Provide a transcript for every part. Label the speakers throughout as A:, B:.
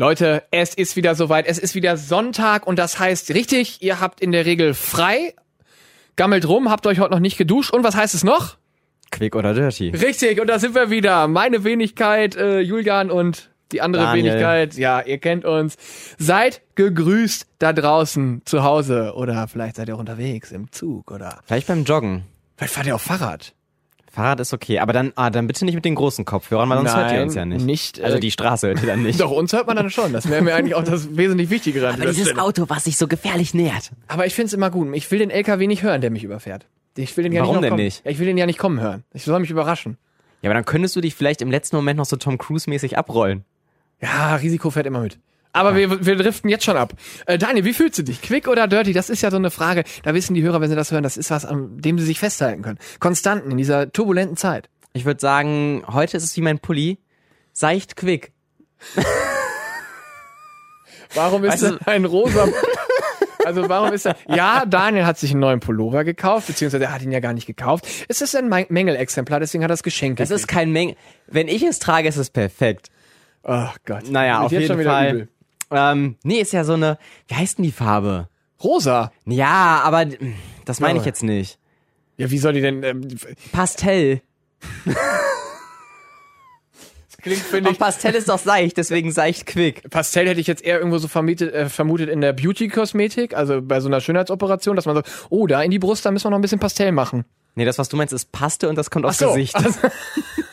A: Leute, es ist wieder soweit. Es ist wieder Sonntag und das heißt richtig, ihr habt in der Regel frei, gammelt rum, habt euch heute noch nicht geduscht und was heißt es noch?
B: Quick oder Dirty.
A: Richtig, und da sind wir wieder. Meine Wenigkeit, äh, Julian und die andere
B: Daniel.
A: Wenigkeit. Ja, ihr kennt uns. Seid gegrüßt da draußen zu Hause oder vielleicht seid ihr auch unterwegs im Zug oder
B: Vielleicht beim Joggen.
A: vielleicht fahrt ihr auf Fahrrad.
B: Fahrrad ist okay, aber dann, ah, dann bitte nicht mit den großen Kopfhörern, weil sonst hört ihr
A: Nein,
B: uns ja nicht.
A: nicht, äh,
B: also die Straße hört ihr dann nicht.
A: Doch, uns hört man dann schon. Das wäre mir eigentlich auch das wesentlich Wichtigere. an dieser Stelle.
B: Auto, was sich so gefährlich nähert.
A: Aber ich find's immer gut. Ich will den LKW nicht hören, der mich überfährt. Ich will den ja nicht
B: Warum
A: noch
B: denn
A: kommen.
B: nicht?
A: Ja, ich will den ja nicht kommen hören. Ich soll mich überraschen.
B: Ja, aber dann könntest du dich vielleicht im letzten Moment noch so Tom Cruise-mäßig abrollen.
A: Ja, Risiko fährt immer mit. Aber wir, wir driften jetzt schon ab. Äh, Daniel, wie fühlst du dich? Quick oder dirty? Das ist ja so eine Frage. Da wissen die Hörer, wenn sie das hören, das ist was, an dem sie sich festhalten können. Konstanten in dieser turbulenten Zeit.
B: Ich würde sagen, heute ist es wie mein Pulli. Seicht quick.
A: Warum ist
B: Weißt du-
A: das ein rosa... Also warum ist er? Ja, Daniel hat sich einen neuen Pullover gekauft, beziehungsweise er hat ihn ja gar nicht gekauft. Es ist ein Mäng- Mängelexemplar, deswegen hat er es geschenkt.
B: Das ist kein Menge. Wenn ich es trage, ist es perfekt.
A: oh Gott.
B: Naja,
A: Wird
B: auf
A: jetzt schon
B: jeden
A: wieder
B: Fall.
A: übel.
B: Ähm, nee, ist ja so eine. Wie heißt denn die Farbe?
A: Rosa.
B: Ja, aber mm, das meine ich
A: Ja.
B: jetzt nicht.
A: Ja, wie soll die denn? Ähm,
B: Pastell.
A: klingt finde
B: Und Pastell ist doch seicht, deswegen seicht quick.
A: Pastell hätte ich jetzt eher irgendwo so vermietet, äh, vermutet in der Beauty-Kosmetik, also bei so einer Schönheitsoperation, dass man sagt, oh, da in die Brust, da müssen wir noch ein bisschen Pastell machen.
B: Nee, das, was du meinst, ist Paste und das kommt aufs
A: so.
B: Gesicht.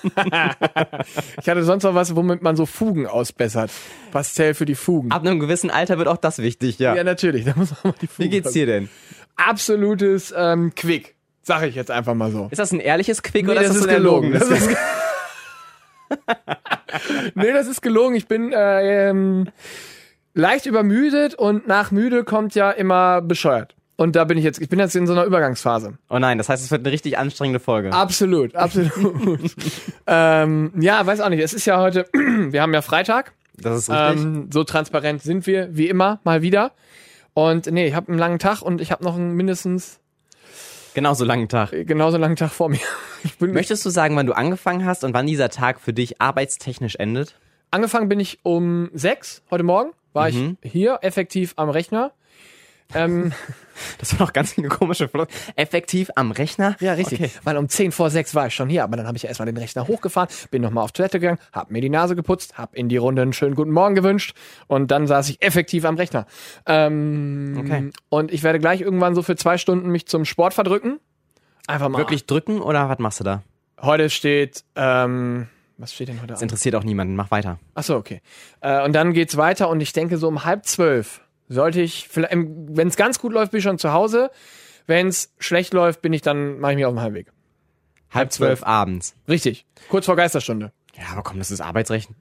A: Ich hatte sonst noch was, womit man so Fugen ausbessert. Pastell für die Fugen.
B: Ab einem gewissen Alter wird auch das wichtig, ja.
A: ja, natürlich, da muss man mal die Fugen.
B: Wie geht's dir denn?
A: Absolutes ähm, Quick, sag ich jetzt einfach mal so.
B: Ist das ein ehrliches Quick
A: Nee,
B: oder ist das so ein
A: Das
B: erlogenes?
A: ist ge- nee, das ist gelogen. Ich bin äh, ähm, leicht übermüdet und nach müde kommt ja immer bescheuert. Und da bin ich jetzt, ich bin jetzt in so einer Übergangsphase.
B: Oh nein, das heißt, es wird eine richtig anstrengende Folge.
A: Ah, Absolut, absolut. ähm, ja, weiß auch nicht. Es ist ja heute, wir haben ja Freitag.
B: Das ist richtig.
A: Ähm, so transparent sind wir, wie immer, mal wieder. Und nee, ich habe einen langen Tag und ich habe noch einen mindestens
B: genau so langen Tag.
A: genauso langen Tag vor mir. Ich bin,
B: Möchtest du sagen, wann du angefangen hast und wann dieser Tag für dich arbeitstechnisch endet?
A: Angefangen bin ich um sechs heute Morgen. War ich hier effektiv am Rechner. Ähm,
B: Das war noch ganz eine komische Frage. Effektiv am Rechner?
A: ja, richtig.
B: Okay.
A: Weil um zehn vor sechs war ich schon hier, aber dann habe ich ja erstmal den Rechner hochgefahren, bin nochmal auf Toilette gegangen, hab mir die Nase geputzt, hab in die Runde einen schönen guten Morgen gewünscht und dann saß ich effektiv am Rechner. Ähm,
B: Okay.
A: Und ich werde gleich irgendwann so für zwei Stunden mich zum Sport verdrücken. Einfach mal.
B: Wirklich drücken oder was machst du da?
A: Heute steht, ähm, was steht denn heute
B: Das
A: an?
B: interessiert auch niemanden. Mach weiter.
A: Achso, okay. Äh, und dann geht's weiter und ich denke, so um halb zwölf sollte ich, wenn es ganz gut läuft, bin ich schon zu Hause. Wenn es schlecht läuft, bin ich dann, mache ich mich auf den Heimweg.
B: Halb zwölf abends.
A: Richtig. Kurz vor Geisterstunde.
B: Ja, aber komm, das ist arbeitsrechtlich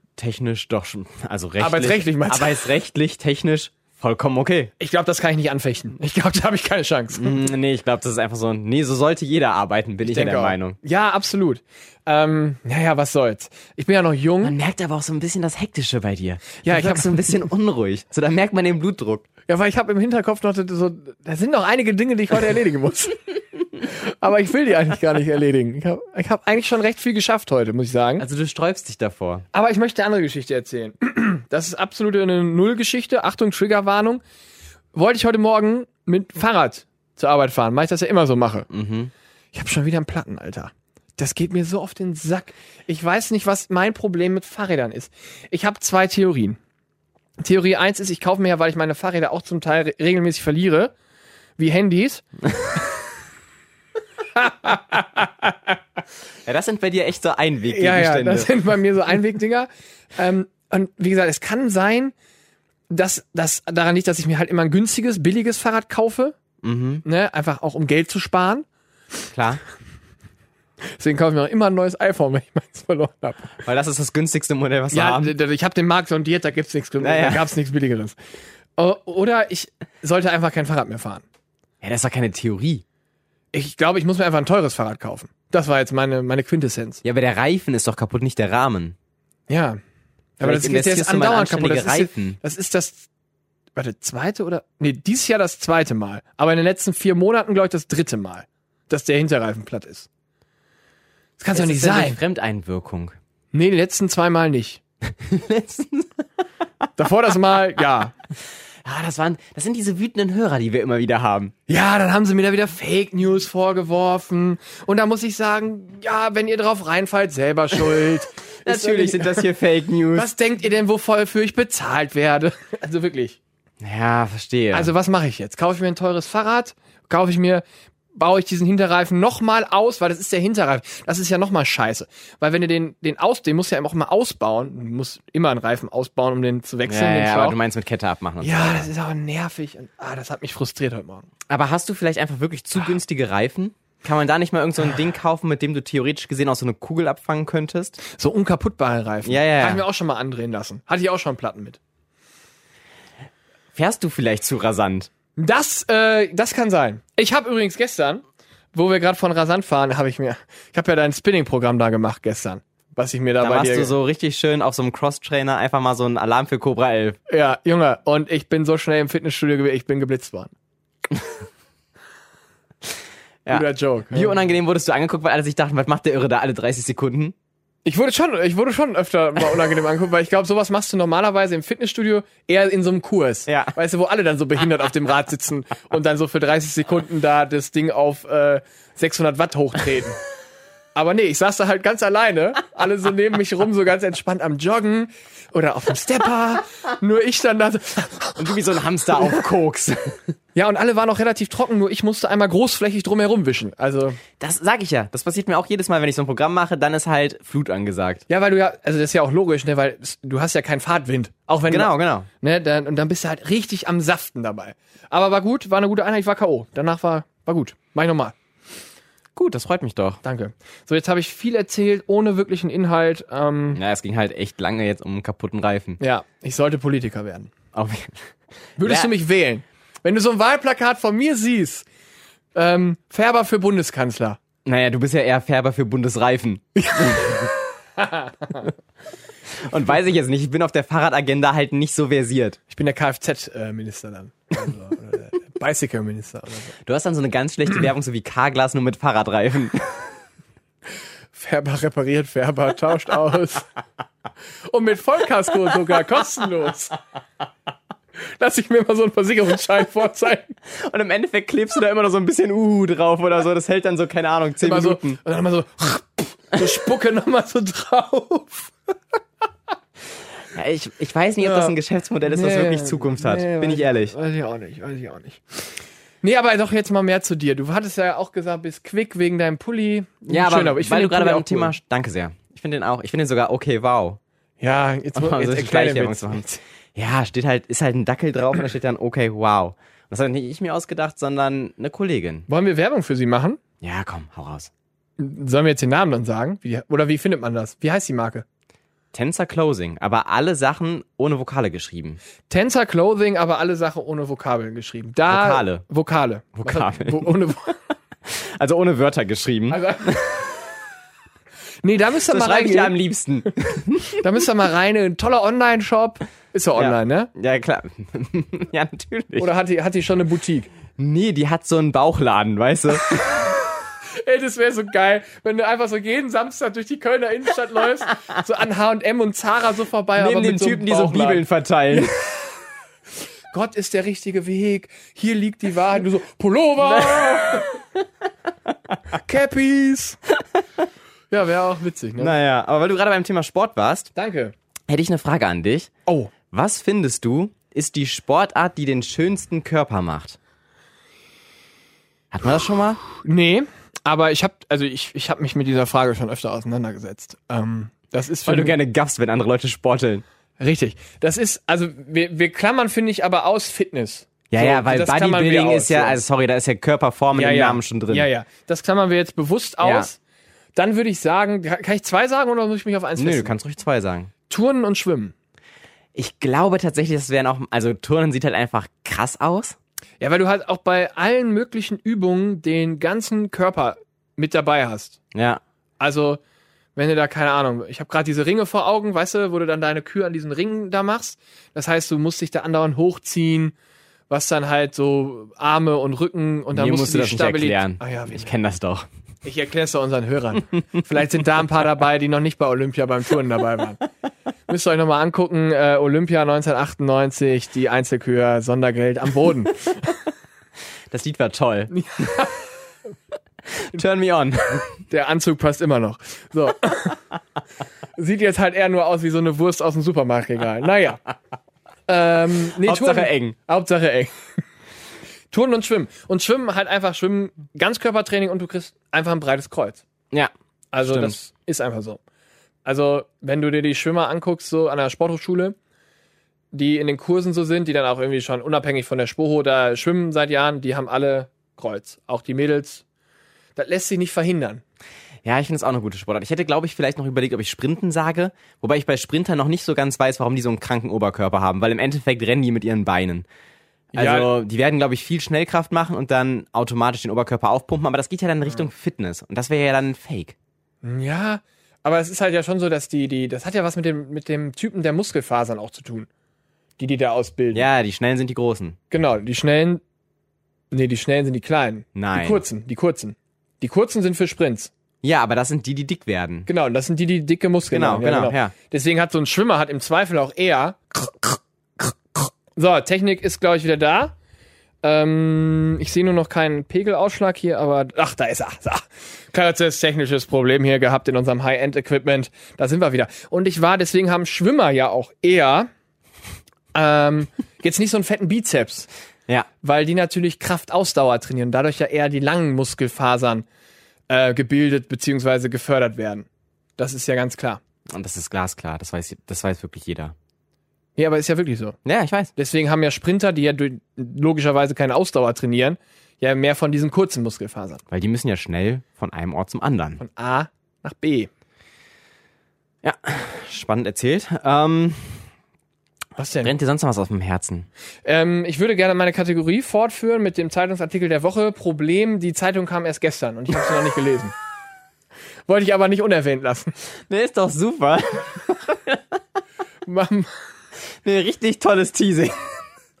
B: doch schon, also rechtlich.
A: Arbeitsrechtlich meinst du?
B: Arbeitsrechtlich, technisch vollkommen okay.
A: Ich glaube, das kann ich nicht anfechten. Ich glaube, da habe ich keine Chance.
B: Mm, Nee, ich glaube, das ist einfach so. ein- Nee, so sollte jeder arbeiten, bin ich, ja der
A: auch.
B: Meinung.
A: Ja, absolut. Ähm, naja, was soll's. Ich bin ja noch jung.
B: Man merkt aber auch so ein bisschen das Hektische bei dir.
A: Ja,
B: Du
A: ich hab-
B: wirkst so ein bisschen unruhig. So, da merkt man den Blutdruck.
A: Ja, weil ich habe im Hinterkopf noch so, da sind noch einige Dinge, die ich heute erledigen muss. Aber ich will die eigentlich gar nicht erledigen. Ich habe ich hab eigentlich schon recht viel geschafft heute, muss ich sagen.
B: Also du sträubst dich davor.
A: Aber ich möchte eine andere Geschichte erzählen. Das ist absolute eine Nullgeschichte. Achtung, Triggerwarnung. Wollte ich heute Morgen mit Fahrrad zur Arbeit fahren, weil ich das ja immer so mache. Ich habe schon wieder einen Platten, Alter. Das geht mir so auf den Sack. Ich weiß nicht, was mein Problem mit Fahrrädern ist. Ich habe zwei Theorien. Theorie eins ist, ich kaufe mir ja, weil ich meine Fahrräder auch zum Teil re- regelmäßig verliere, wie Handys.
B: Ja, das sind bei dir echt so
A: Ja, ja,
B: Einweggegenstände.
A: das sind bei mir so Einwegdinger. ähm, und wie gesagt, es kann sein, dass das daran liegt, dass ich mir halt immer ein günstiges, billiges Fahrrad kaufe.
B: Mhm.
A: Ne? Einfach auch um Geld zu sparen.
B: Klar,
A: Deswegen kaufe ich mir auch immer ein neues iPhone, wenn ich meins verloren habe.
B: weil das ist das günstigste Modell, was wir
A: Ja,
B: haben.
A: d- d- ich habe den Markt sondiert, da gibt's nichts,
B: Ja, ja.
A: da gab's nichts billigeres. O- Oder ich sollte einfach kein Fahrrad mehr fahren.
B: Ja, das ist doch keine Theorie.
A: Ich glaube, ich muss mir einfach ein teures Fahrrad kaufen. Das war jetzt meine, meine Quintessenz.
B: Ja, aber der Reifen ist doch kaputt, nicht der Rahmen.
A: Ja. Aber das geht
B: Vielleicht
A: ja jetzt
B: investierst du mal in
A: andauernd kaputt. Das
B: anständige
A: ist, ja-
B: Reifen.
A: das ist das, warte, zweite oder? Nee, dieses Jahr das zweite Mal. Aber in den letzten vier Monaten, glaube ich, das dritte Mal, dass der Hinterreifen platt ist. Das kann es doch
B: Das
A: nicht
B: ist ja eine
A: sein.
B: Fremdeinwirkung.
A: Nee, die letzten zwei Mal nicht.
B: Letztens.
A: Davor das Mal, ja.
B: Ah, das waren, das sind diese wütenden Hörer, die wir immer wieder haben.
A: Ja, dann haben sie mir da wieder Fake News vorgeworfen. Und da muss ich sagen, ja, wenn ihr drauf reinfallt, selber schuld. Ist
B: Natürlich
A: doch
B: sind
A: nicht-
B: das hier Fake News.
A: Was denkt ihr denn, wofür ich bezahlt werde? Also wirklich.
B: Ja, verstehe.
A: Also was mache ich jetzt? Kaufe ich mir ein teures Fahrrad? Kaufe ich mir, baue ich diesen Hinterreifen nochmal aus? Weil das ist der Hinterreifen. Das ist ja nochmal scheiße. Weil wenn du den, den aus, den musst du ja auch mal ausbauen. Du musst immer einen Reifen ausbauen, um den zu wechseln.
B: ja,
A: den
B: ja, aber
A: Schlauch.
B: du meinst mit Kette abmachen. und so.
A: ja, das ist aber nervig. Und, ah, das hat mich frustriert heute Morgen.
B: Aber hast du vielleicht einfach wirklich zu günstige Reifen? Kann man da nicht mal irgend so ein Ding kaufen, mit dem du theoretisch gesehen auch so eine Kugel abfangen könntest?
A: So unkaputtbare Reifen.
B: Ja, ja, ja.
A: Habe ich mir auch schon mal andrehen lassen. Hatte ich auch schon Platten mit.
B: Fährst du vielleicht zu rasant?
A: Das, äh, das kann sein. Ich habe übrigens gestern, wo wir gerade von rasant fahren, habe ich mir, ich habe ja dein Spinning-Programm da gemacht gestern, was ich mir da,
B: Da
A: bei
B: machst
A: dir
B: du so richtig schön auf so einem Cross-Trainer einfach mal so einen Alarm für Cobra 11.
A: Ja, Junge, und ich bin so schnell im Fitnessstudio gewesen, ich bin geblitzt worden.
B: Ja.
A: Guter Joke.
B: Wie unangenehm wurdest du angeguckt, weil alle sich dachten, was macht der Irre da alle 30 Sekunden?
A: Ich wurde schon, ich wurde schon öfter mal unangenehm angeguckt, weil ich glaube, sowas machst du normalerweise im Fitnessstudio eher in so einem Kurs.
B: Ja.
A: Weißt du, wo alle dann so behindert auf dem Rad sitzen und dann so für 30 Sekunden da das Ding auf äh, 600 Watt hochtreten. Aber nee, ich saß da halt ganz alleine, alle so neben mich rum, so ganz entspannt am Joggen oder auf dem Stepper. Nur ich dann da so,
B: Und du wie so ein Hamster auf Koks.
A: Ja, und alle waren noch relativ trocken, nur ich musste einmal großflächig drumherum wischen. Also,
B: Das sag ich ja. Das passiert mir auch jedes Mal, wenn ich so ein Programm mache, dann ist halt Flut angesagt.
A: ja, weil du ja, also das ist ja auch logisch, ne, weil es- du hast ja keinen Fahrtwind. Auch wenn
B: Genau,
A: du,
B: genau.
A: ne, dann, und dann bist du halt richtig am Saften dabei. Aber war gut, war eine gute Einheit, ich war K.O. Danach war, war gut. Mach ich nochmal.
B: Gut, das freut mich doch.
A: Danke. So, jetzt habe ich viel erzählt, ohne wirklichen Inhalt. Ähm,
B: Ja, es ging halt echt lange jetzt um einen kaputten Reifen.
A: ja, ich sollte Politiker werden.
B: Auf-
A: Würdest
B: Ja.
A: du mich wählen? Wenn du so ein Wahlplakat von mir siehst, ähm, Färber für Bundeskanzler.
B: Naja, du bist ja eher Färber für Bundesreifen. Und weiß ich jetzt nicht, ich bin auf der Fahrradagenda halt nicht so versiert.
A: Ich bin der Kfz-Minister dann. Also, oder der Bicycle-Minister oder so.
B: Du hast dann so eine ganz schlechte Werbung, so wie Carglass nur mit Fahrradreifen.
A: Färber repariert, Färber tauscht aus. Und mit Vollkasko sogar kostenlos. Lass ich mir mal so einen Versicherungsschein vorzeigen.
B: Und im Endeffekt klebst du da immer noch so ein bisschen Uhu drauf oder so. Das hält dann so, keine Ahnung, 10
A: Mal so,
B: Minuten.
A: und dann mal so, so Spucke nochmal so drauf.
B: Ja, ich, ich weiß nicht, ob
A: Ja.
B: das ein Geschäftsmodell ist, was
A: Nee,
B: wirklich Zukunft hat.
A: nee,
B: Bin
A: weiß
B: ich ehrlich.
A: Weiß ich auch nicht, weiß ich auch nicht. Nee, aber doch jetzt mal mehr zu dir. Du hattest ja auch gesagt, bist quick wegen deinem Pulli.
B: Ja, aber
A: Schön,
B: ich weil du
A: den
B: gerade
A: Pulli
B: beim
A: auch
B: Thema...
A: cool.
B: Danke sehr. Ich finde den auch. Ich finde den sogar okay, wow.
A: Ja, jetzt, muss-
B: Mal so
A: jetzt
B: die
A: erklär den
B: Gleichwerbung
A: Witz.
B: zu machen. Ja, steht halt, ist halt ein Dackel drauf und da steht dann okay, wow. Und das hat nicht ich mir ausgedacht, sondern eine Kollegin.
A: Wollen wir Werbung für sie machen?
B: Ja, komm, hau raus.
A: Sollen wir jetzt den Namen dann sagen? Wie, die- oder wie findet man das? Wie heißt die Marke?
B: Tensor Closing, aber alle Sachen ohne Vokale geschrieben.
A: Tensor Clothing, aber alle Sachen ohne Vokabeln geschrieben. Da,
B: Vokale.
A: Vokale.
B: Vokabeln.
A: Wo, ohne, Vo-
B: Also ohne Wörter geschrieben.
A: also, nee, da müsst ihr
B: das
A: mal
B: schreibe ich dir am
A: rein.
B: liebsten.
A: Da müsst ihr mal rein. Ein toller Online-Shop. Ist ja online, ne?
B: ja, klar. ja, natürlich.
A: Oder hat die, hat die schon eine Boutique?
B: nee, die hat so einen Bauchladen, weißt du?
A: Ey, das wäre so geil, wenn du einfach so jeden Samstag durch die Kölner Innenstadt läufst, so an H&M und Zara so vorbei. aber
B: Neben
A: mit
B: den
A: so einem
B: Typen, die so
A: Bauchladen.
B: Bibeln verteilen.
A: Gott ist der richtige Weg. Hier liegt die Wahrheit. Und Du so, Pullover! Cappies! Ja, wäre auch witzig, ne?
B: naja, aber weil du gerade beim Thema Sport warst,
A: Danke.
B: hätte ich eine Frage an dich.
A: Oh.
B: Was findest du, ist die Sportart, die den schönsten Körper macht? Hat man das schon mal?
A: Nee, aber ich habe also ich, ich hab mich mit dieser Frage schon öfter auseinandergesetzt. Ähm, das ist für
B: Weil du
A: mich,
B: gerne gaffst, wenn andere Leute sporteln.
A: richtig. Das ist also wir, wir klammern finde ich aber aus Fitness.
B: Ja,
A: So,
B: ja, weil
A: das klammern wir
B: Bodybuilding
A: aus,
B: ist ja,
A: so.
B: also sorry, da ist ja Körperform in
A: ja,
B: dem
A: ja.
B: Namen schon drin.
A: Ja, ja. Das klammern wir jetzt bewusst
B: Ja.
A: aus. Dann würde ich sagen, kann ich zwei sagen oder muss ich mich auf eins
B: Nö, du
A: festlegen?
B: kannst ruhig zwei sagen.
A: Turnen und Schwimmen.
B: Ich glaube tatsächlich, das wären auch, also Turnen sieht halt einfach krass aus.
A: Ja, weil du halt auch bei allen möglichen Übungen den ganzen Körper mit dabei hast.
B: Ja.
A: Also, wenn du da, keine Ahnung, ich habe gerade diese Ringe vor Augen, weißt du, wo du dann deine Kür an diesen Ringen da machst. Das heißt, du musst dich da andauernd hochziehen, was dann halt so Arme und Rücken und dann
B: Mir
A: musst,
B: musst
A: du
B: du
A: die
B: das nicht
A: Stabilität-
B: erklären.
A: Ah, ja,
B: Ich kenne das doch.
A: ich erkläre es ja unseren Hörern. Vielleicht sind da ein paar dabei, die noch nicht bei Olympia beim Touren dabei waren. Müsst ihr euch nochmal angucken. Äh, Olympia 1998, die Einzelkühe, Sondergeld am Boden.
B: Das Lied war toll. Turn me on.
A: Der Anzug passt immer noch. So. Sieht jetzt halt eher nur aus wie so eine Wurst aus dem Supermarktregal. Naja. Ähm, nee,
B: Hauptsache
A: Turnen-
B: eng.
A: Hauptsache eng. Turnen und Schwimmen. Und Schwimmen halt einfach Schwimmen, Ganzkörpertraining und du kriegst einfach ein breites Kreuz.
B: Ja.
A: Also
B: Stimmt.
A: das ist einfach so. Also wenn du dir die Schwimmer anguckst, so an der Sporthochschule, die in den Kursen so sind, die dann auch irgendwie schon unabhängig von der Spoho da schwimmen seit Jahren, die haben alle Kreuz. Auch die Mädels. Das lässt sich nicht verhindern.
B: Ja, ich finde es auch eine gute Sportart. Ich hätte, glaube ich, vielleicht noch überlegt, ob ich Sprinten sage. Wobei ich bei Sprintern noch nicht so ganz weiß, warum die so einen kranken Oberkörper haben. Weil im Endeffekt rennen die mit ihren Beinen. Also die werden, glaube ich, viel Schnellkraft machen und dann automatisch den Oberkörper aufpumpen. Aber das geht ja dann in Richtung Fitness. Und das wäre ja dann Fake.
A: Ja, aber es ist halt ja schon so, dass die, die, das hat ja was mit dem, mit dem Typen der Muskelfasern auch zu tun. Die, die da ausbilden.
B: Ja, die Schnellen sind die Großen.
A: Genau, die Schnellen, nee, die Schnellen sind die Kleinen.
B: Nein.
A: Die Kurzen, die Kurzen. Die Kurzen sind für Sprints.
B: Ja, aber das sind die, die dick werden.
A: Genau, und das sind die, die dicke Muskeln
B: Genau,
A: haben.
B: genau, ja.
A: Deswegen hat so ein Schwimmer hat im Zweifel auch eher. So, Technik ist, glaube ich, wieder da. Ähm, ich sehe nur noch keinen Pegelausschlag hier, aber ach, da ist er. So. Kleines technisches Problem hier gehabt in unserem High-End-Equipment. Da sind wir wieder. Und ich war, deswegen haben Schwimmer ja auch eher ähm, jetzt nicht so einen fetten Bizeps
B: Ja.
A: weil die natürlich Kraft-Ausdauer trainieren, dadurch ja eher die langen Muskelfasern äh, gebildet bzw. gefördert werden. Das ist ja ganz klar.
B: Und das ist glasklar. Das weiß, das weiß wirklich jeder.
A: Ja, aber ist ja wirklich so.
B: Ja, ich weiß.
A: Deswegen haben ja Sprinter, die ja durch, logischerweise keine Ausdauer trainieren, ja mehr von diesen kurzen Muskelfasern.
B: Weil die müssen ja schnell von einem Ort zum anderen.
A: Von A nach B.
B: Spannend erzählt. Ähm,
A: Was denn?
B: brennt dir sonst noch was auf dem Herzen?
A: Ähm, ich würde gerne meine Kategorie fortführen mit dem Zeitungsartikel der Woche. Problem, die Zeitung kam erst gestern und ich habe sie noch nicht gelesen. Wollte ich aber nicht unerwähnt lassen.
B: Nee, ist doch super.
A: Mam-
B: Nee, richtig tolles Teasing.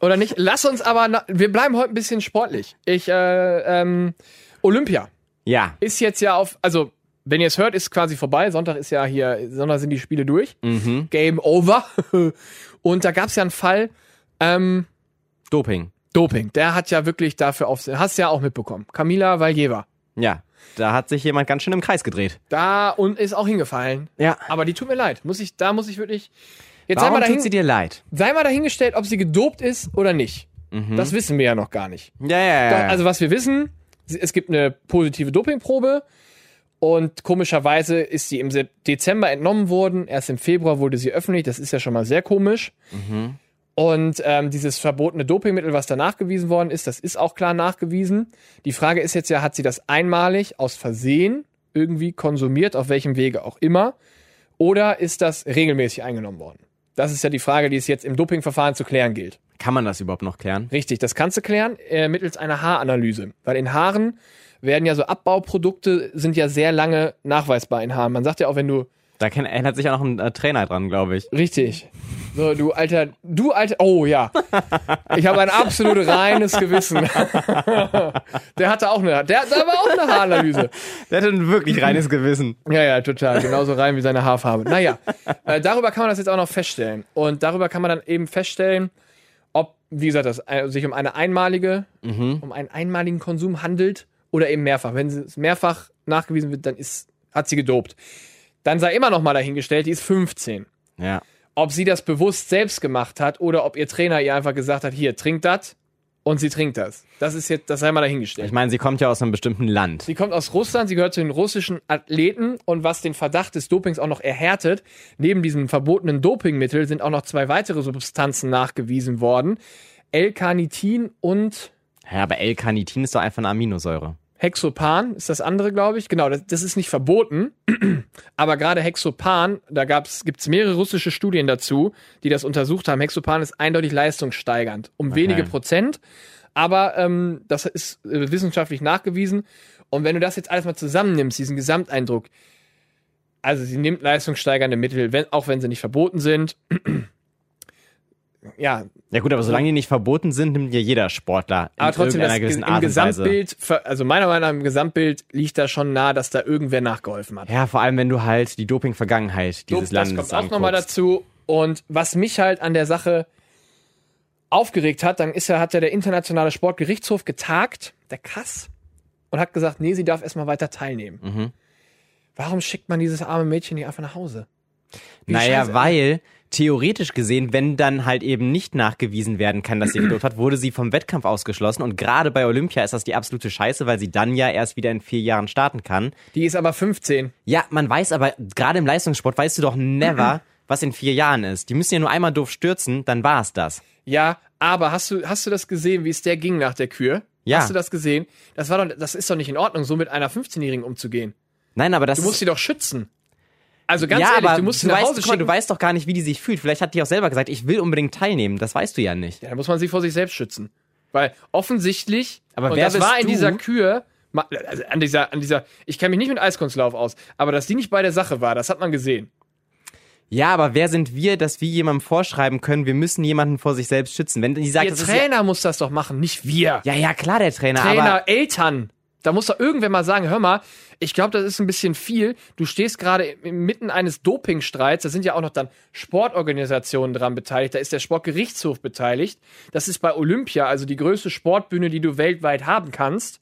A: Oder nicht? Lass uns aber, na- wir bleiben heute ein bisschen sportlich. Ich, äh, ähm, Olympia
B: Ja.
A: ist jetzt ja auf, also, wenn ihr es hört, ist quasi vorbei. Sonntag ist ja hier, Sonntag sind die Spiele durch.
B: Mhm.
A: Game over. Und da gab es ja einen Fall, ähm,
B: Doping.
A: Doping. Der hat ja wirklich dafür auf, hast ja auch mitbekommen. Camila Valjeva.
B: Ja. Da hat sich jemand ganz schön im Kreis gedreht.
A: Da und ist auch hingefallen.
B: Ja.
A: Aber die tut mir leid. Muss ich, da muss ich wirklich, jetzt sei
B: Warum
A: mal,
B: tut sie
A: dahin,
B: dir leid?
A: sei mal dahingestellt, ob sie gedopt ist oder nicht.
B: Mhm.
A: Das wissen wir ja noch gar nicht.
B: Ja, ja,
A: Da- Also was wir wissen, es gibt eine positive Dopingprobe und komischerweise ist sie im Sep- Dezember entnommen worden. Erst im Februar wurde sie öffentlich. Das ist ja schon mal sehr komisch.
B: Mhm.
A: Und ähm, dieses verbotene Dopingmittel, was da nachgewiesen worden ist, das ist auch klar nachgewiesen. Die Frage ist jetzt ja, hat sie das einmalig aus Versehen irgendwie konsumiert, auf welchem Wege auch immer, oder ist das regelmäßig eingenommen worden? Das ist ja die Frage, die es jetzt im Dopingverfahren zu klären gilt.
B: Kann man das überhaupt noch klären?
A: Richtig, das kannst du klären äh, mittels einer Haaranalyse. Weil in Haaren werden ja so Abbauprodukte, sind ja sehr lange nachweisbar in Haaren. Man sagt ja auch, wenn du,
B: Da kann, erinnert sich auch noch ein äh, Trainer dran, glaube ich.
A: richtig, so du alter, du alter, oh ja, ich habe ein absolut reines Gewissen. der hatte auch eine, der, da war auch eine Haaranalyse.
B: Der hat ein wirklich reines Gewissen.
A: Ja, ja, total. Genauso rein wie seine Haarfarbe. Naja, äh, darüber kann man das jetzt auch noch feststellen. Und darüber kann man dann eben feststellen, ob, wie gesagt, das äh, sich um eine einmalige, um einen einmaligen Konsum handelt oder eben mehrfach. Wenn es mehrfach nachgewiesen wird, dann ist, hat sie gedopt. Dann sei immer noch mal dahingestellt, die ist 15.
B: Ja.
A: Ob sie das bewusst selbst gemacht hat oder ob ihr Trainer ihr einfach gesagt hat, hier, trink das und sie trinkt das. Das ist jetzt, das sei mal dahingestellt.
B: Ich meine, sie kommt ja aus einem bestimmten Land.
A: Sie kommt aus Russland, sie gehört zu den russischen Athleten und was den Verdacht des Dopings auch noch erhärtet, neben diesem verbotenen Dopingmittel sind auch noch zwei weitere Substanzen nachgewiesen worden. L-Carnitin und
B: Ja, aber L-Carnitin ist doch einfach eine Aminosäure.
A: Hexopan ist das andere, glaube ich. Genau, das, das ist nicht verboten, aber gerade Hexopan, da gibt es mehrere russische Studien dazu, die das untersucht haben. Hexopan ist eindeutig leistungssteigernd, um wenige Prozent, aber ähm, das ist äh, wissenschaftlich nachgewiesen. Und wenn du das jetzt alles mal zusammennimmst, diesen Gesamteindruck, also sie nimmt leistungssteigernde Mittel, wenn, auch wenn sie nicht verboten sind. ja,
B: Ja gut, aber solange die nicht verboten sind, nimmt ja jeder Sportler in
A: aber trotzdem das Ge-
B: irgendeiner gewissen
A: im
B: Art und Weise.
A: Gesamtbild, ver- also meiner Meinung nach im Gesamtbild liegt da schon nah, dass da irgendwer nachgeholfen hat.
B: Ja, vor allem wenn du halt die Doping-Vergangenheit dieses
A: das
B: Landes
A: kommt auch nochmal
B: anguckst.
A: dazu. Und was mich halt an der Sache aufgeregt hat, dann ist ja, hat ja der internationale Sportgerichtshof getagt, der Kass, und hat gesagt, nee, sie darf erstmal weiter teilnehmen.
B: Mhm.
A: Warum schickt man dieses arme Mädchen nicht einfach nach Hause? Wie
B: Naja,
A: scheiße.
B: weil theoretisch gesehen, wenn dann halt eben nicht nachgewiesen werden kann, dass sie gedopt hat, wurde sie vom Wettkampf ausgeschlossen. Und gerade bei Olympia ist das die absolute Scheiße, weil sie dann ja erst wieder in vier Jahren starten kann.
A: Die ist aber 15.
B: Ja, man weiß aber, gerade im Leistungssport weißt du doch
A: Mhm.
B: never, was in vier Jahren ist. Die müssen ja nur einmal doof stürzen, dann war's das.
A: Ja, aber hast du, hast du das gesehen, wie es der ging nach der Kür?
B: Ja.
A: Hast du das gesehen? Das war doch, das ist doch nicht in Ordnung, so mit einer 15-Jährigen umzugehen.
B: Nein, aber das
A: Du musst sie doch schützen. Also
B: ist,
A: ganz
B: ja,
A: ehrlich,
B: aber
A: du musst sie
B: du,
A: nach
B: weißt,
A: Hause
B: guck mal,
A: schicken.
B: du weißt doch gar nicht, wie die sich fühlt. Vielleicht hat die auch selber gesagt, ich will unbedingt teilnehmen. Das weißt du ja nicht.
A: Ja, da muss man sich vor sich selbst schützen. Weil offensichtlich,
B: Aber
A: und
B: wer
A: das
B: bist
A: war in
B: du?
A: dieser Kür, ma- also an dieser, an dieser, ich kenne mich nicht mit Eiskunstlauf aus, aber dass die nicht bei der Sache war, das hat man gesehen.
B: Ja, aber wer sind wir, dass wir jemandem vorschreiben können, wir müssen jemanden vor sich selbst schützen? Wenn die sagt,
A: Der
B: das ist ja,
A: Trainer muss das doch machen, nicht wir.
B: ja, ja, klar, der Trainer,
A: Trainer,
B: aber
A: Eltern. Da muss doch irgendwer mal sagen, hör mal, ich glaube, das ist ein bisschen viel. Du stehst gerade im- mitten eines Dopingstreits. Da sind ja auch noch dann Sportorganisationen dran beteiligt. Da ist der Sportgerichtshof beteiligt. Das ist bei Olympia, also die größte Sportbühne, die du weltweit haben kannst.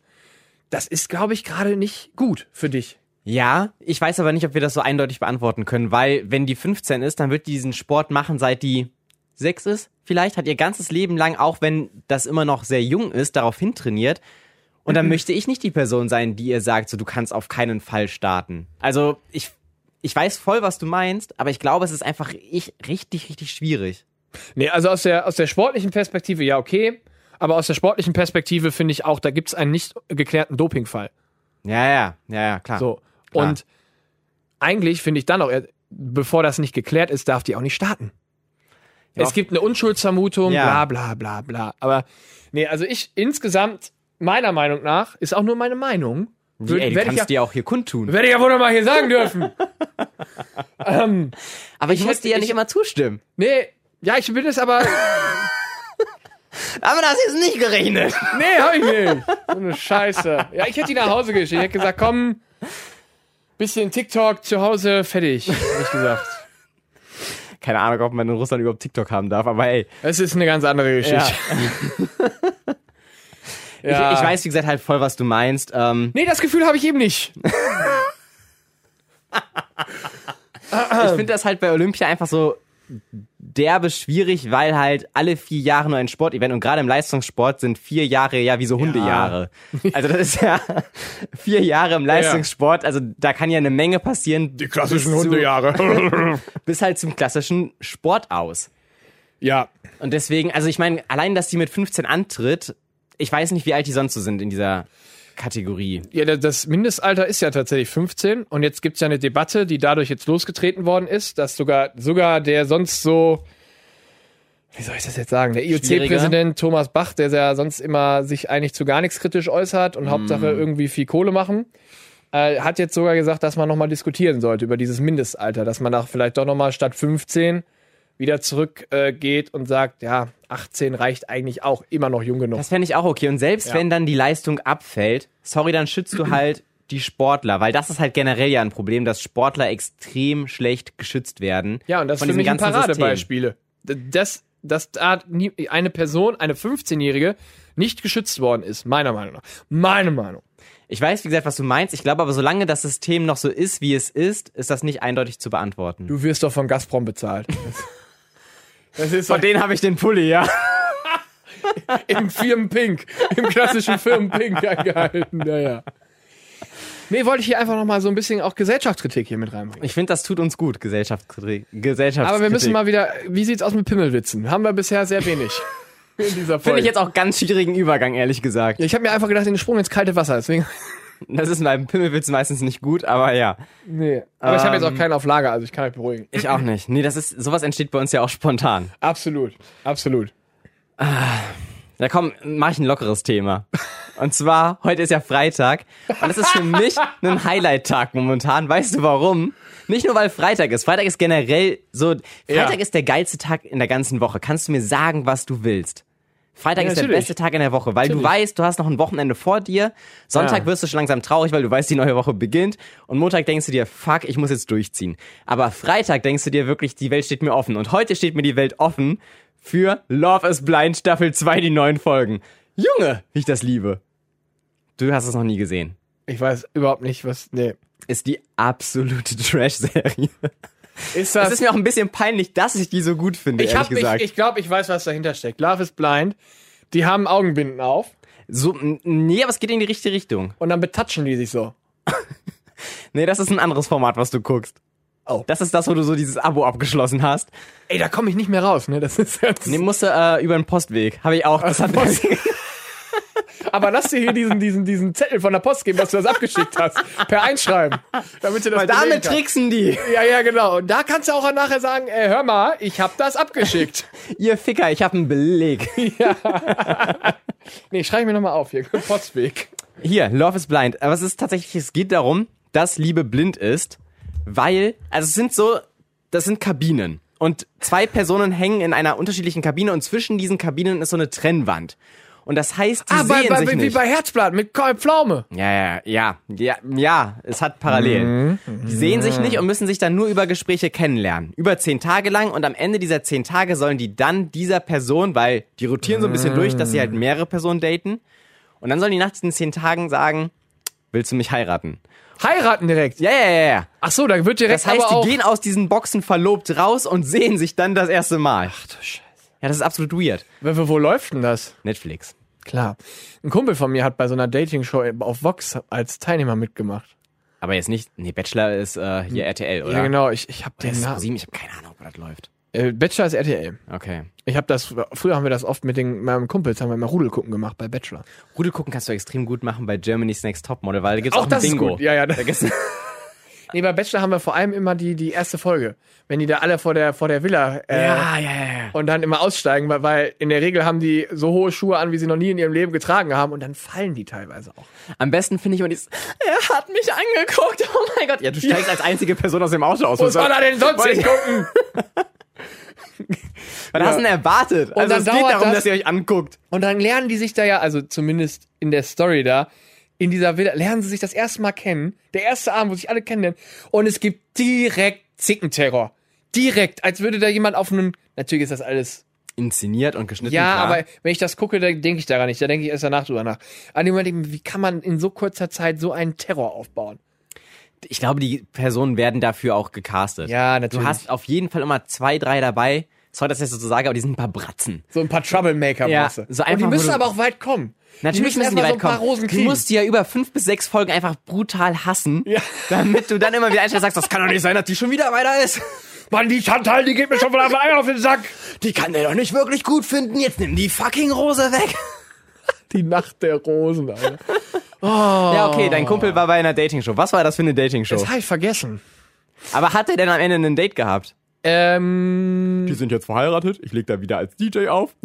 A: Das ist, glaube ich, gerade nicht gut für dich.
B: ja, ich weiß aber nicht, ob wir das so eindeutig beantworten können, weil wenn die 15 ist, dann wird die diesen Sport machen, seit die 6 ist, vielleicht, hat ihr ganzes Leben lang, auch wenn das immer noch sehr jung ist, darauf hintrainiert. Und
A: Mhm.
B: dann möchte ich nicht die Person sein, die ihr sagt, so du kannst auf keinen Fall starten. Also ich, ich weiß voll, was du meinst, aber ich glaube, es ist einfach ich, richtig, richtig schwierig.
A: Nee, also aus der, aus der sportlichen Perspektive, ja, okay. Aber aus der sportlichen Perspektive finde ich auch, da gibt es einen nicht geklärten Dopingfall.
B: Ja, ja, ja, ja, klar.
A: So.
B: Klar.
A: Und eigentlich finde ich dann auch, äh, bevor das nicht geklärt ist, darf die auch nicht starten.
B: Ja.
A: Es gibt eine Unschuldsvermutung,
B: Ja.
A: bla bla bla bla. Aber nee, also ich insgesamt, meiner Meinung nach, ist auch nur meine Meinung.
B: Die,
A: Würde-
B: ey, du
A: Werde ich,
B: kannst
A: ja,
B: dir auch hier kundtun.
A: werd ich ja wohl noch mal hier sagen dürfen.
B: Aber ich, muss
A: hätte-
B: dir ja
A: ich-
B: nicht immer zustimmen.
A: Nee, ja, ich will es aber.
B: Aber das ist nicht gerechnet.
A: Nee, hab ich nicht. So eine Scheiße. Ja, ich hätte die nach Hause geschickt. Ich hätte gesagt, komm, bisschen TikTok zu Hause, fertig. Hab ich gesagt.
B: Keine Ahnung, ob man in Russland überhaupt TikTok haben darf, aber ey.
A: Es ist eine ganz andere Geschichte. Ja.
B: Ich, ich weiß, wie gesagt, halt voll, was du meinst. Ähm,
A: Nee, das Gefühl habe ich eben nicht.
B: ich finde das halt bei Olympia einfach so derbe schwierig, weil halt alle vier Jahre nur ein Sportevent und gerade im Leistungssport sind vier Jahre ja wie so Hundejahre. Also das ist ja vier Jahre im Leistungssport, also da kann ja eine Menge passieren. Die
A: Hundejahre.
B: Bis halt zum klassischen Sport aus.
A: ja.
B: Und deswegen, also ich meine, allein, dass die mit 15 antritt, ich weiß nicht, wie alt die sonst so sind in dieser Kategorie.
A: Ja, da- das Mindestalter ist ja tatsächlich 15 und jetzt gibt's ja eine Debatte, die dadurch jetzt losgetreten worden ist, dass sogar, sogar der sonst so, wie soll ich das jetzt sagen, der IOC-Präsident Thomas Bach, der ja sonst immer sich eigentlich zu gar nichts kritisch äußert und Hauptsache irgendwie viel Kohle machen, äh, hat jetzt sogar gesagt, dass man nochmal diskutieren sollte über dieses Mindestalter, dass man da vielleicht doch nochmal statt 15 wieder zurückgeht äh, geht und sagt, ja, 18 reicht eigentlich auch, immer noch jung genug.
B: Das fände ich auch okay. Und selbst wenn dann die Leistung abfällt, sorry, dann schützt du halt die Sportler, weil das ist halt generell ja ein Problem, dass Sportler extrem schlecht geschützt werden.
A: Ja, und das
B: von
A: finde
B: diesem
A: ich ein
B: ganzen
A: Paradebeispiele. D- Das, dass da nie- eine Person, eine 15-Jährige, nicht geschützt worden ist, meiner Meinung nach. Meine Meinung.
B: Ich weiß, wie gesagt, was du meinst. Ich glaube aber, solange das System noch so ist, wie es ist, ist das nicht eindeutig zu beantworten.
A: Du wirst doch von Gazprom bezahlt. Das ist
B: Von
A: doch
B: denen habe ich den Pulli, ja.
A: im Firmenpink, im klassischen Firmenpink angehalten. Ja, ja. Nee, wollte ich hier einfach nochmal so ein bisschen auch Gesellschaftskritik hier mit reinbringen.
B: Ich finde, das tut uns gut, Gesellschaftskritik. Gesellschaftskritik.
A: Aber wir müssen mal wieder, wie sieht's aus mit Pimmelwitzen? Haben wir bisher sehr wenig in dieser Folge.
B: Finde ich jetzt auch ganz schwierigen Übergang, ehrlich gesagt.
A: ich habe mir einfach gedacht, den Sprung ins kalte Wasser, deswegen.
B: Das ist beim Pimmelwitz meistens nicht gut, aber ja.
A: Nee. Aber ich habe jetzt auch
B: Ähm.
A: keinen auf Lager, also ich kann euch beruhigen.
B: Ich auch nicht. Nee, das ist, sowas entsteht bei uns ja auch spontan.
A: Absolut, absolut.
B: Na komm, mach ich ein lockeres Thema. Und zwar, heute ist ja Freitag. Und es ist für mich ein Highlight-Tag momentan. Weißt du warum? Nicht nur, weil Freitag ist. Freitag ist generell so, Freitag ist der geilste Tag in der ganzen Woche. Kannst du mir sagen, was du willst? Freitag
A: Ja,
B: ist der
A: natürlich.
B: beste Tag in der Woche, weil du
A: Natürlich.
B: weißt, du hast noch ein Wochenende vor dir. Sonntag
A: Ja.
B: wirst du schon langsam traurig, weil du weißt, die neue Woche beginnt. Und Montag denkst du dir, fuck, ich muss jetzt durchziehen. Aber Freitag denkst du dir wirklich, die Welt steht mir offen. Und heute steht mir die Welt offen für Love is Blind Staffel 2, die neuen Folgen. Junge, wie ich das liebe. Du hast es noch nie gesehen.
A: Ich weiß überhaupt nicht, was. Nee.
B: Ist die absolute Trash-Serie.
A: Ist
B: Es ist mir auch ein bisschen peinlich, dass ich die so gut finde,
A: ich
B: ehrlich
A: hab mich,
B: gesagt.
A: ich glaube, ich weiß, was dahinter steckt. Love is blind. Die haben Augenbinden auf
B: so, n- nee, aber es geht in die richtige Richtung.
A: und dann betatschen die sich so.
B: Nee, das ist ein anderes Format, was du guckst.
A: Oh.
B: Das ist das, wo du so dieses Abo abgeschlossen hast.
A: Ey, da komme ich nicht mehr raus, ne? Das ist jetzt.
B: Nee, musste äh, über den Postweg. Habe ich auch. Das hat
A: Aber lass dir hier diesen, diesen, diesen Zettel von der Post geben, dass du das abgeschickt hast. Per Einschreiben. Damit du das
B: Weil damit
A: belegen
B: tricksen die.
A: kannst. Ja, ja, genau. Und da kannst du auch nachher sagen, ey, hör mal, ich hab das abgeschickt.
B: Ihr Ficker, ich habe einen Beleg.
A: nee, schreibe ich mir nochmal auf hier. Postweg.
B: Hier, Love is Blind. Aber es ist tatsächlich, es geht darum, dass Liebe blind ist, weil, also es sind so, das sind Kabinen. Und zwei Personen hängen in einer unterschiedlichen Kabine und zwischen diesen Kabinen ist so eine Trennwand. Und das heißt, die
A: Ah, bei,
B: sehen
A: bei,
B: sich
A: wie
B: nicht.
A: bei Herzblatt mit Karl Pflaume.
B: Ja, ja, ja, ja, ja, es hat parallel.
A: Mhm,
B: Die sehen sich nicht und müssen sich dann nur über Gespräche kennenlernen. Über zehn Tage lang und am Ende dieser zehn Tage sollen die dann dieser Person, weil die rotieren so ein bisschen durch, dass sie
A: Mhm.
B: halt mehrere Personen daten. Und dann sollen die nach diesen zehn Tagen sagen, willst du mich heiraten?
A: Heiraten direkt.
B: Ja, ja, ja, ja.
A: Ach so, da wird direkt
B: Das heißt,
A: aber auch.
B: die gehen aus diesen Boxen verlobt raus und sehen sich dann das erste Mal.
A: Ach du Scheiße.
B: Ja, das ist absolut weird.
A: Wo, wo läuft denn das?
B: Netflix.
A: Klar. Ein Kumpel von mir hat bei so einer Dating-Show auf Vox als Teilnehmer mitgemacht.
B: Aber jetzt nicht, nee, Bachelor ist äh, hier RTL, oder?
A: Ja, genau. Ich, ich habe den
B: Das ist
A: Namen.
B: ProSieben, ich habe keine Ahnung, ob das läuft.
A: Äh, Bachelor ist RTL.
B: Okay.
A: Ich habe das, früher haben wir das oft mit den, meinem Kumpel, haben wir immer Rudel gucken gemacht bei Bachelor.
B: Rudel gucken kannst du extrem gut machen bei Germany's Next Topmodel, weil da gibt's auch,
A: Auch das
B: ein Bingo.
A: ist gut. Ja, ja.
B: Da gibt's,
A: Nee, bei Bachelor haben wir vor allem immer die, die erste Folge. Wenn die da alle vor der, vor der Villa äh,
B: ja, ja, ja.
A: und dann immer aussteigen, weil, weil in der Regel haben die so hohe Schuhe an, wie sie noch nie in ihrem Leben getragen haben und dann fallen die teilweise auch.
B: Am besten finde ich, wenn ich er hat mich angeguckt, oh mein Gott. Ja, du steigst als einzige Person aus dem Auto aus.
A: Wo soll er denn sonst
B: Weil-
A: hingucken?
B: Was hast du denn erwartet? Und also
A: dann
B: es geht
A: dauert
B: darum,
A: das-
B: dass ihr euch anguckt.
A: Und dann lernen die sich da ja, also zumindest in der Story da, in dieser Villa, lernen sie sich das erste Mal kennen. Der erste Abend, wo sich alle kennenlernen. Und es gibt direkt Zickenterror. Direkt, als würde da jemand auf einen. Natürlich ist das alles.
B: Inszeniert und geschnitten.
A: Ja,
B: klar.
A: aber wenn ich das gucke, dann denke ich daran nicht. Da denke ich erst danach drüber nach. An dem Moment, eben, wie kann man in so kurzer Zeit so einen Terror aufbauen?
B: ich glaube, die Personen werden dafür auch gecastet.
A: Ja, natürlich.
B: Du hast auf jeden Fall immer zwei, drei dabei. Sorry, dass ich das so sage, aber die sind ein paar Bratzen.
A: So ein paar Troublemaker
B: Ja,
A: brauchst du.
B: so
A: Und die
B: einfach, wo
A: müssen
B: du-
A: aber auch weit kommen.
B: Natürlich
A: die müssen,
B: müssen die
A: erstmal
B: weit
A: so ein paar
B: kommen.
A: Rosen
B: du
A: kriegen.
B: musst die ja über fünf bis sechs Folgen einfach brutal hassen,
A: Ja.
B: damit du dann immer wieder einstellst und sagst, das kann doch nicht sein, dass die schon wieder weiter ist.
A: Mann, die Chantal, die geht mir schon von der Eier auf den Sack.
B: Die kann der doch nicht wirklich gut finden. Jetzt nimm die fucking Rose weg.
A: Die Nacht der Rosen, Alter.
B: Ja, okay, dein Kumpel war bei einer Dating-Show. Was war das für eine Dating-Show?
A: Das habe ich vergessen.
B: Aber hat er denn am Ende ein Date gehabt?
A: Ähm,
B: Die sind jetzt verheiratet. Ich leg da wieder als DJ auf.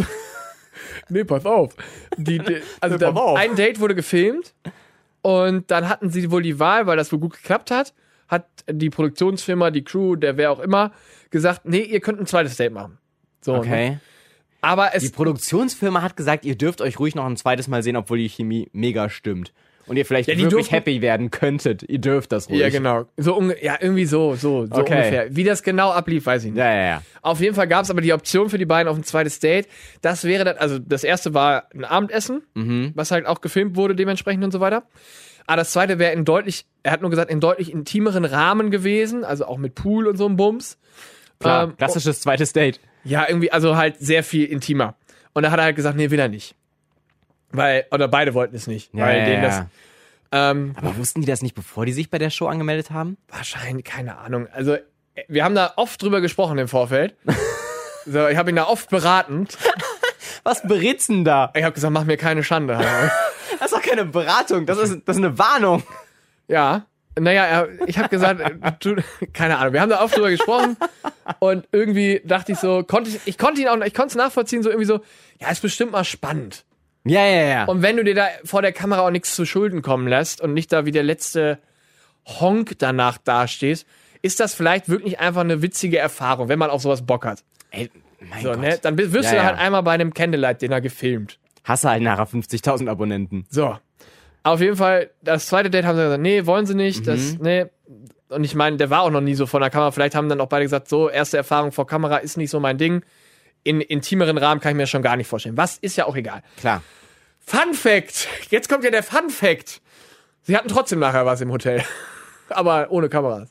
A: nee, pass auf. Die, die, also
B: Nee, pass
A: da,
B: auf.
A: ein Date wurde gefilmt und dann hatten sie wohl die Wahl, weil das wohl gut geklappt hat, hat die Produktionsfirma, die Crew, der wer auch immer, gesagt, nee, ihr könnt ein zweites Date machen. So, ne?
B: Okay.
A: Aber es
B: Die Produktionsfirma hat gesagt, ihr dürft euch ruhig noch ein zweites Mal sehen, obwohl die Chemie mega stimmt. Und ihr vielleicht
A: die
B: wirklich
A: durften-
B: happy werden könntet. Ihr dürft das ruhig.
A: ja, genau. So unge ja, irgendwie so, so, so
B: Okay.
A: ungefähr. Wie das genau ablief, weiß ich nicht.
B: Ja, ja, ja.
A: Auf jeden Fall gab es aber die Option für die beiden auf ein zweites Date. Das wäre dann, also das erste war ein Abendessen,
B: Mhm.
A: was halt auch gefilmt wurde dementsprechend und so weiter. Aber das zweite wäre in deutlich, er hat nur gesagt, in deutlich intimeren Rahmen gewesen, also auch mit Pool und so einem Bums.
B: Klar.
A: Ähm,
B: Klassisches zweites Date.
A: Ja, irgendwie, also halt sehr viel intimer. Und da hat er halt gesagt, nee, will er nicht. Weil, oder beide wollten es nicht.
B: Ja,
A: weil
B: ja,
A: denen
B: ja.
A: das, ähm,
B: Aber wussten die das nicht, bevor die sich bei der Show angemeldet haben?
A: Wahrscheinlich, keine Ahnung. Also, äh, wir haben da oft drüber gesprochen im Vorfeld. so, ich habe ihn da oft beraten.
B: Was berätst denn da?
A: Ich habe gesagt, mach mir keine Schande.
B: Das ist doch keine Beratung. Das ist, das ist eine Warnung.
A: ja. Naja, er- ich habe gesagt, äh, tu, keine Ahnung, wir haben da oft drüber gesprochen und irgendwie dachte ich so, konnte ich, ich konnte ihn auch, ich konnte es nachvollziehen, so irgendwie so, ja, ist bestimmt mal spannend.
B: Ja, ja, ja.
A: Und wenn du dir da vor der Kamera auch nichts zu Schulden kommen lässt und nicht da wie der letzte Honk danach dastehst, ist das vielleicht wirklich einfach eine witzige Erfahrung, wenn man auf sowas Bock hat.
B: Ey, Mein
A: So,
B: Oh Gott.
A: ne? Dann wirst
B: Ja,
A: du
B: ja.
A: halt einmal bei einem Candlelight-Dinner gefilmt.
B: Hasse halt nachher 50.000 Abonnenten.
A: So. Auf jeden Fall, das zweite Date haben sie gesagt, nee, wollen sie nicht. Das, nee. Und ich meine, der war auch noch nie so vor der Kamera. Vielleicht haben dann auch beide gesagt, so, erste Erfahrung vor Kamera ist nicht so mein Ding. In intimeren Rahmen kann ich mir schon gar nicht vorstellen. Was ist ja auch egal.
B: Klar.
A: Fun Fact! Jetzt kommt ja der Fun Fact! Sie hatten trotzdem nachher was im Hotel. Aber ohne Kameras.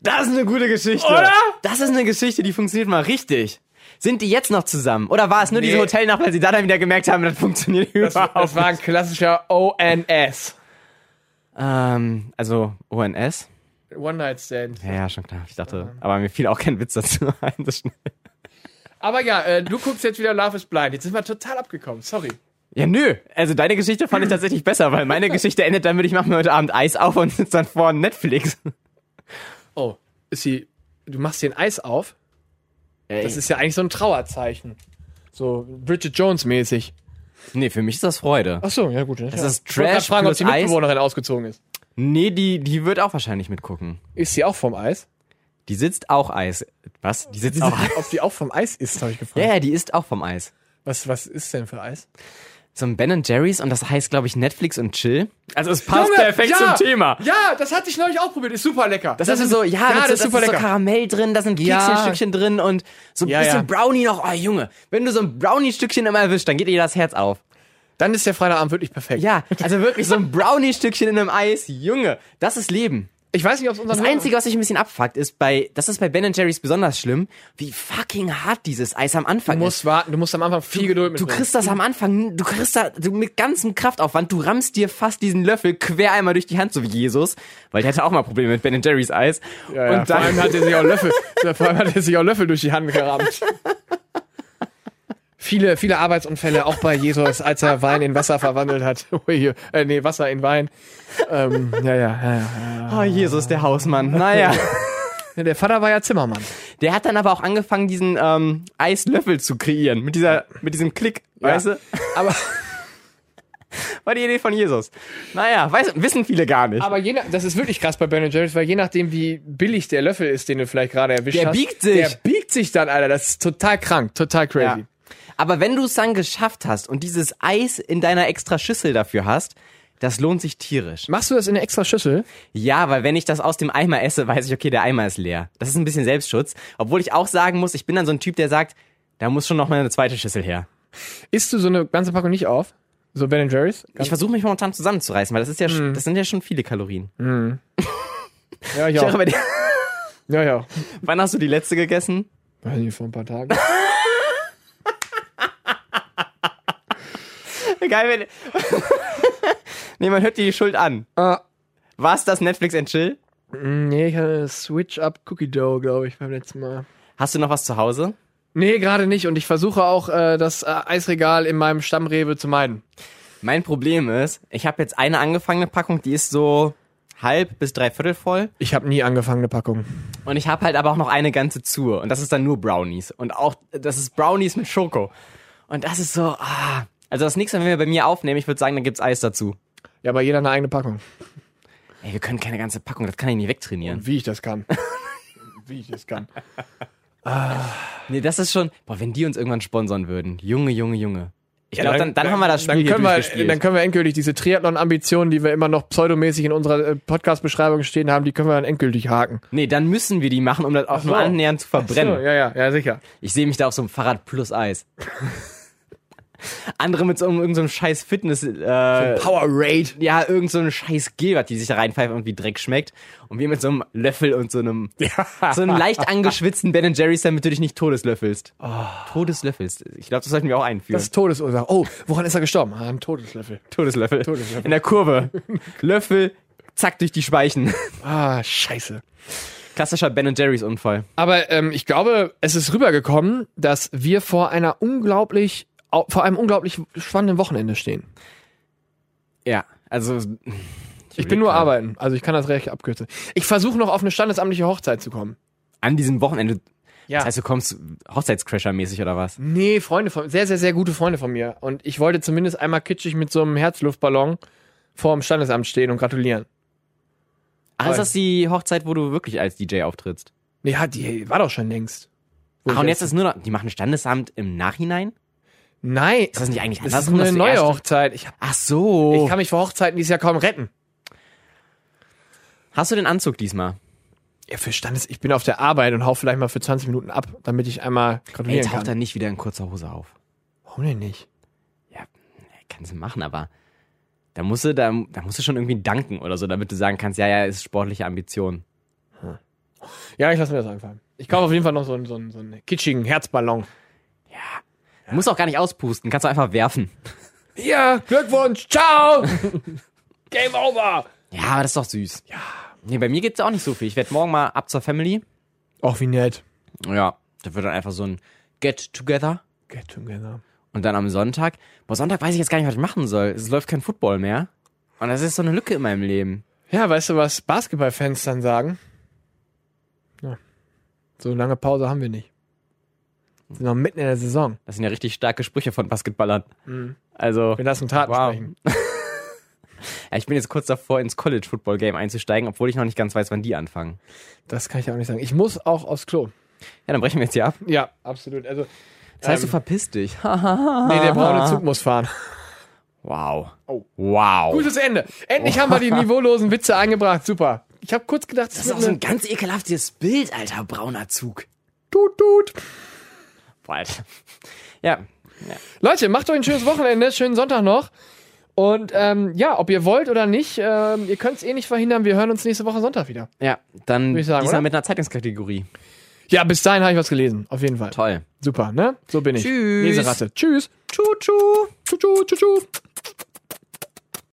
B: Das ist eine gute Geschichte.
A: Oder?
B: Das ist eine Geschichte, die funktioniert mal richtig. Sind die jetzt noch zusammen? Oder war es nur diese
A: Nee.
B: Hotelnacht, weil sie da dann wieder gemerkt haben, das funktioniert
A: Das,
B: überhaupt
A: das war ein klassischer ONS.
B: Ähm, also ONS?
A: One Night Stand.
B: Ja, ja, schon klar. Ich dachte, aber mir fiel auch kein Witz dazu ein. Das schnell.
A: Aber ja, äh, du guckst jetzt wieder Love is Blind. Jetzt sind wir total abgekommen. Sorry.
B: ja, nö. Also deine Geschichte fand ich tatsächlich besser, weil meine Geschichte endet damit, ich mache mir heute Abend Eis auf und sitze dann vor Netflix.
A: Oh, ist sie. Du machst dir ein Eis auf.
B: Ey.
A: Das ist ja eigentlich so ein Trauerzeichen. So Bridget Jones mäßig.
B: nee, für mich ist das Freude.
A: Ach so, ja gut. Das
B: ist
A: Ich wollte grad
B: Trash
A: fragen, ob
B: plus
A: die
B: Eis.
A: Mitbewohnerin ausgezogen ist.
B: Nee, die, die wird auch wahrscheinlich mitgucken.
A: Ist sie auch vom Eis?
B: Die sitzt auch Eis. Was? Die sitzt auch Eis?
A: Ob die auch vom Eis ist, habe ich gefragt.
B: Ja, ja, die isst auch vom Eis.
A: Was, was ist denn für Eis?
B: So ein Ben Jerry's und das heißt, glaube ich, Netflix und Chill. Also es passt
A: Junge,
B: perfekt
A: ja,
B: zum Thema.
A: Ja, das hatte ich neulich auch probiert. Ist super lecker.
B: Das, ist so, ja, das, ist super lecker. so Karamell drin, da sind
A: Ja.
B: Kekschenstückchen drin und so ein
A: Ja,
B: bisschen
A: ja.
B: Brownie noch. Oh, Junge, wenn du so ein Brownie-Stückchen immer erwischt, dann geht dir das Herz auf.
A: Dann ist der Freitagabend wirklich perfekt.
B: Ja, also wirklich so ein Brownie-Stückchen in einem Eis. Junge, das ist Leben.
A: Ich weiß nicht, ob es unseren
B: Das
A: Hörern-
B: Einzige, was mich ein bisschen abfuckt, ist bei, das ist bei Ben Jerry's besonders schlimm, wie fucking hart dieses Eis am Anfang
A: Du
B: ist.
A: musst warten, du musst am Anfang viel Geduld
B: Du
A: mitbringen.
B: kriegst das am Anfang, du kriegst da, du mit ganzem Kraftaufwand, du rammst dir fast diesen Löffel quer einmal durch die Hand, so wie Jesus, weil der hatte auch mal Probleme mit Ben Jerry's Eis.
A: ja, ja.
B: Und
A: vor allem
B: dann,
A: hat er sich auch Löffel, vor allem hat er sich auch Löffel durch die Hand gerammt. Viele, viele Arbeitsunfälle, auch bei Jesus, als er Wein in Wasser verwandelt hat. Ui, äh, nee, Wasser in Wein. Ähm, ja, ja, ja, ja.
B: oh Jesus, der Hausmann. Naja.
A: Ja, Der Vater war ja Zimmermann.
B: Der hat dann aber auch angefangen, diesen ähm, Eislöffel zu kreieren, mit dieser, mit diesem Klick, weißt du?
A: Aber,
B: War die Idee von Jesus. Naja, weiß, wissen viele gar nicht.
A: aber je nach, das ist wirklich krass bei Ben Jerry's, weil je nachdem, wie billig der Löffel ist, den du vielleicht gerade erwischt
B: Der
A: hast.
B: biegt sich.
A: Der biegt sich dann, Alter. Das ist total krank, total crazy.
B: Ja. Aber wenn du es dann geschafft hast und dieses Eis in deiner extra Schüssel dafür hast, das lohnt sich tierisch.
A: Machst du das in eine extra Schüssel?
B: Ja, weil wenn ich das aus dem Eimer esse, weiß ich, okay, der Eimer ist leer. Das ist ein bisschen Selbstschutz. Obwohl ich auch sagen muss, ich bin dann so ein Typ, der sagt, da muss schon noch mal eine zweite Schüssel her.
A: Isst du so eine ganze Packung nicht auf? So Ben Jerry's?
B: Ich versuche mich momentan zusammenzureißen, weil das ist ja, sch- das sind ja schon viele Kalorien.
A: Ja,
B: Ich sag, bei dir-
A: Ja, ja.
B: Wann hast du die letzte gegessen?
A: Weiß nicht, vor ein paar Tagen.
B: Geil, wenn. nee, man hört dir die Schuld an.
A: Ah.
B: War es das Netflix and Chill?
A: nee, ich hatte Switch-Up Cookie Dough, glaube ich, beim letzten Mal.
B: Hast du noch was zu Hause?
A: Nee, gerade nicht. Und ich versuche auch, äh, das äh, Eisregal in meinem Stammrewe zu meiden.
B: Mein Problem ist, ich habe jetzt eine angefangene Packung, die ist so halb bis dreiviertel voll.
A: Ich habe nie angefangen, eine Packung.
B: Und ich habe halt aber auch noch eine ganze zu. Und das ist dann nur Brownies. Und auch, das ist Brownies mit Schoko. Und das ist so, ah. Also das nächste Mal, wenn wir bei mir aufnehmen, ich würde sagen, dann gibt's Eis dazu.
A: Ja, aber jeder eine eigene Packung.
B: Ey, wir können keine ganze Packung, das kann ich nie wegtrainieren.
A: Wie ich das kann. Wie ich das kann.
B: Nee, das ist schon, boah, wenn die uns irgendwann sponsern würden. Junge, Junge, Junge. Ich glaube, dann,
A: dann-
B: dann haben wir das Spiel
A: Dann
B: hier
A: können, wir,
B: durchgespielt.
A: dann können wir endgültig diese Triathlon-Ambitionen, die wir immer noch pseudomäßig in unserer äh, Podcast-Beschreibung stehen haben, die können wir dann endgültig haken.
B: nee, dann müssen wir die machen, um das auch
A: so.
B: nur annähernd zu verbrennen.
A: ja, ja, ja, sicher.
B: Ich sehe mich da auf so einem Fahrrad plus Eis. Andere mit so einem, irgendeinem scheiß Fitness, äh,
A: Power Raid.
B: ja, irgend so einen scheiß Gilbert, die sich da reinpfeifen und wie Dreck schmeckt. Und wir mit so einem Löffel und so einem, so einem leicht angeschwitzten Ben Jerry's, damit du dich nicht todeslöffelst. Todeslöffelst. Ich glaube, das sollten wir auch einführen.
A: Das ist Todesursache. Oh, woran ist er gestorben? An einem Todeslöffel.
B: Todeslöffel.
A: Todeslöffel.
B: In der Kurve. Löffel, zack, durch die Speichen.
A: Ah, scheiße.
B: Klassischer Ben Jerry's Unfall.
A: Aber ähm, ich glaube, es ist rübergekommen, dass wir vor einer unglaublich, au- vor einem unglaublich spannenden Wochenende stehen.
B: Ja, also.
A: Ich bin nur
B: aber.
A: arbeiten, also ich kann das recht abkürzen. Ich versuche noch auf eine standesamtliche Hochzeit zu kommen.
B: An diesem Wochenende.
A: Ja.
B: Das heißt, du kommst Hochzeitscrasher-mäßig oder was?
A: Nee, Freunde von sehr, sehr, sehr gute Freunde von mir. Und ich wollte zumindest einmal kitschig mit so einem Herzluftballon vor dem Standesamt stehen und gratulieren.
B: Also, Ach, ist das die Hochzeit, wo du wirklich als DJ auftrittst?
A: Nee, hat die war doch schon längst. Wo
B: Ach,
A: ich
B: und jetzt ist nur noch, die machen Standesamt im Nachhinein?
A: Nein,
B: Ist das nicht eigentlich
A: das ist
B: andersrum,
A: eine
B: dass du
A: neue
B: erst-
A: Hochzeit. Ich, hab-
B: Ach so.
A: ich kann mich vor Hochzeiten dieses Jahr kaum retten.
B: Hast du den Anzug diesmal?
A: Ja, für Standes, ich bin auf der Arbeit und hau vielleicht mal für 20 Minuten ab, damit ich einmal
B: Ey,
A: gratulieren
B: taucht
A: kann.
B: er nicht wieder in kurzer Hose auf.
A: Warum denn nicht?
B: Ja, kannst du machen, aber da musst du, da, da musst du schon irgendwie danken oder so, damit du sagen kannst, ja, ja, ist sportliche Ambition.
A: Ja, ich lasse mir das einfallen. Ich kaufe auf jeden Fall noch so einen, so einen, so einen kitschigen Herzballon.
B: Du musst auch gar nicht auspusten, kannst du einfach werfen.
A: Ja, Glückwunsch, ciao! Game over!
B: Ja, aber das ist doch süß. Ja. Nee, bei mir geht's auch nicht so viel. Ich werde morgen mal ab zur Family.
A: Auch wie nett.
B: Ja, da wird dann einfach so ein Get Together.
A: Get together.
B: Und dann am Sonntag. Boah, Sonntag weiß ich jetzt gar nicht, was ich machen soll. Es läuft kein Football mehr. Und das ist so eine Lücke in meinem Leben.
A: Ja, weißt du, was Basketballfans dann sagen? Ja. So lange Pause haben wir nicht. Sind noch mitten in der Saison.
B: Das sind ja richtig starke Sprüche von Basketballern. Also,
A: Wir lassen Taten
B: Wow.
A: sprechen.
B: ja, ich bin jetzt kurz davor, ins College-Football-Game einzusteigen, obwohl ich noch nicht ganz weiß, wann die anfangen.
A: Das kann ich auch nicht sagen. Ich muss auch aufs Klo.
B: Ja, dann brechen wir jetzt hier ab.
A: Ja, absolut. Also,
B: Das heißt,
A: Ähm.
B: du verpisst dich.
A: nee, der braune Zug muss fahren.
B: Wow.
A: Oh.
B: Wow.
A: Gutes Ende.
B: Oh.
A: Endlich haben wir die niveaulosen Witze eingebracht. Super. Ich habe kurz gedacht,
B: Das ist auch so ein ganz ekelhaftes Bild, alter brauner Zug.
A: Tut, tut.
B: Boah, Alter. Ja.
A: Leute, macht euch ein schönes Wochenende, schönen Sonntag noch. Und ähm, ja, ob ihr wollt oder nicht, ähm, ihr könnt es eh nicht verhindern. Wir hören uns nächste Woche Sonntag wieder.
B: Ja, dann
A: Würde ich sagen,
B: diesmal
A: oder?
B: mit einer Zeitungskategorie.
A: Ja, bis dahin habe ich was gelesen. Auf jeden Fall.
B: Toll.
A: Super, ne? So bin ich.
B: Tschüss.
A: Leseratte. Tschüss.
B: Tschu, tschu.
A: Tschu, tschu, tschu, tschu.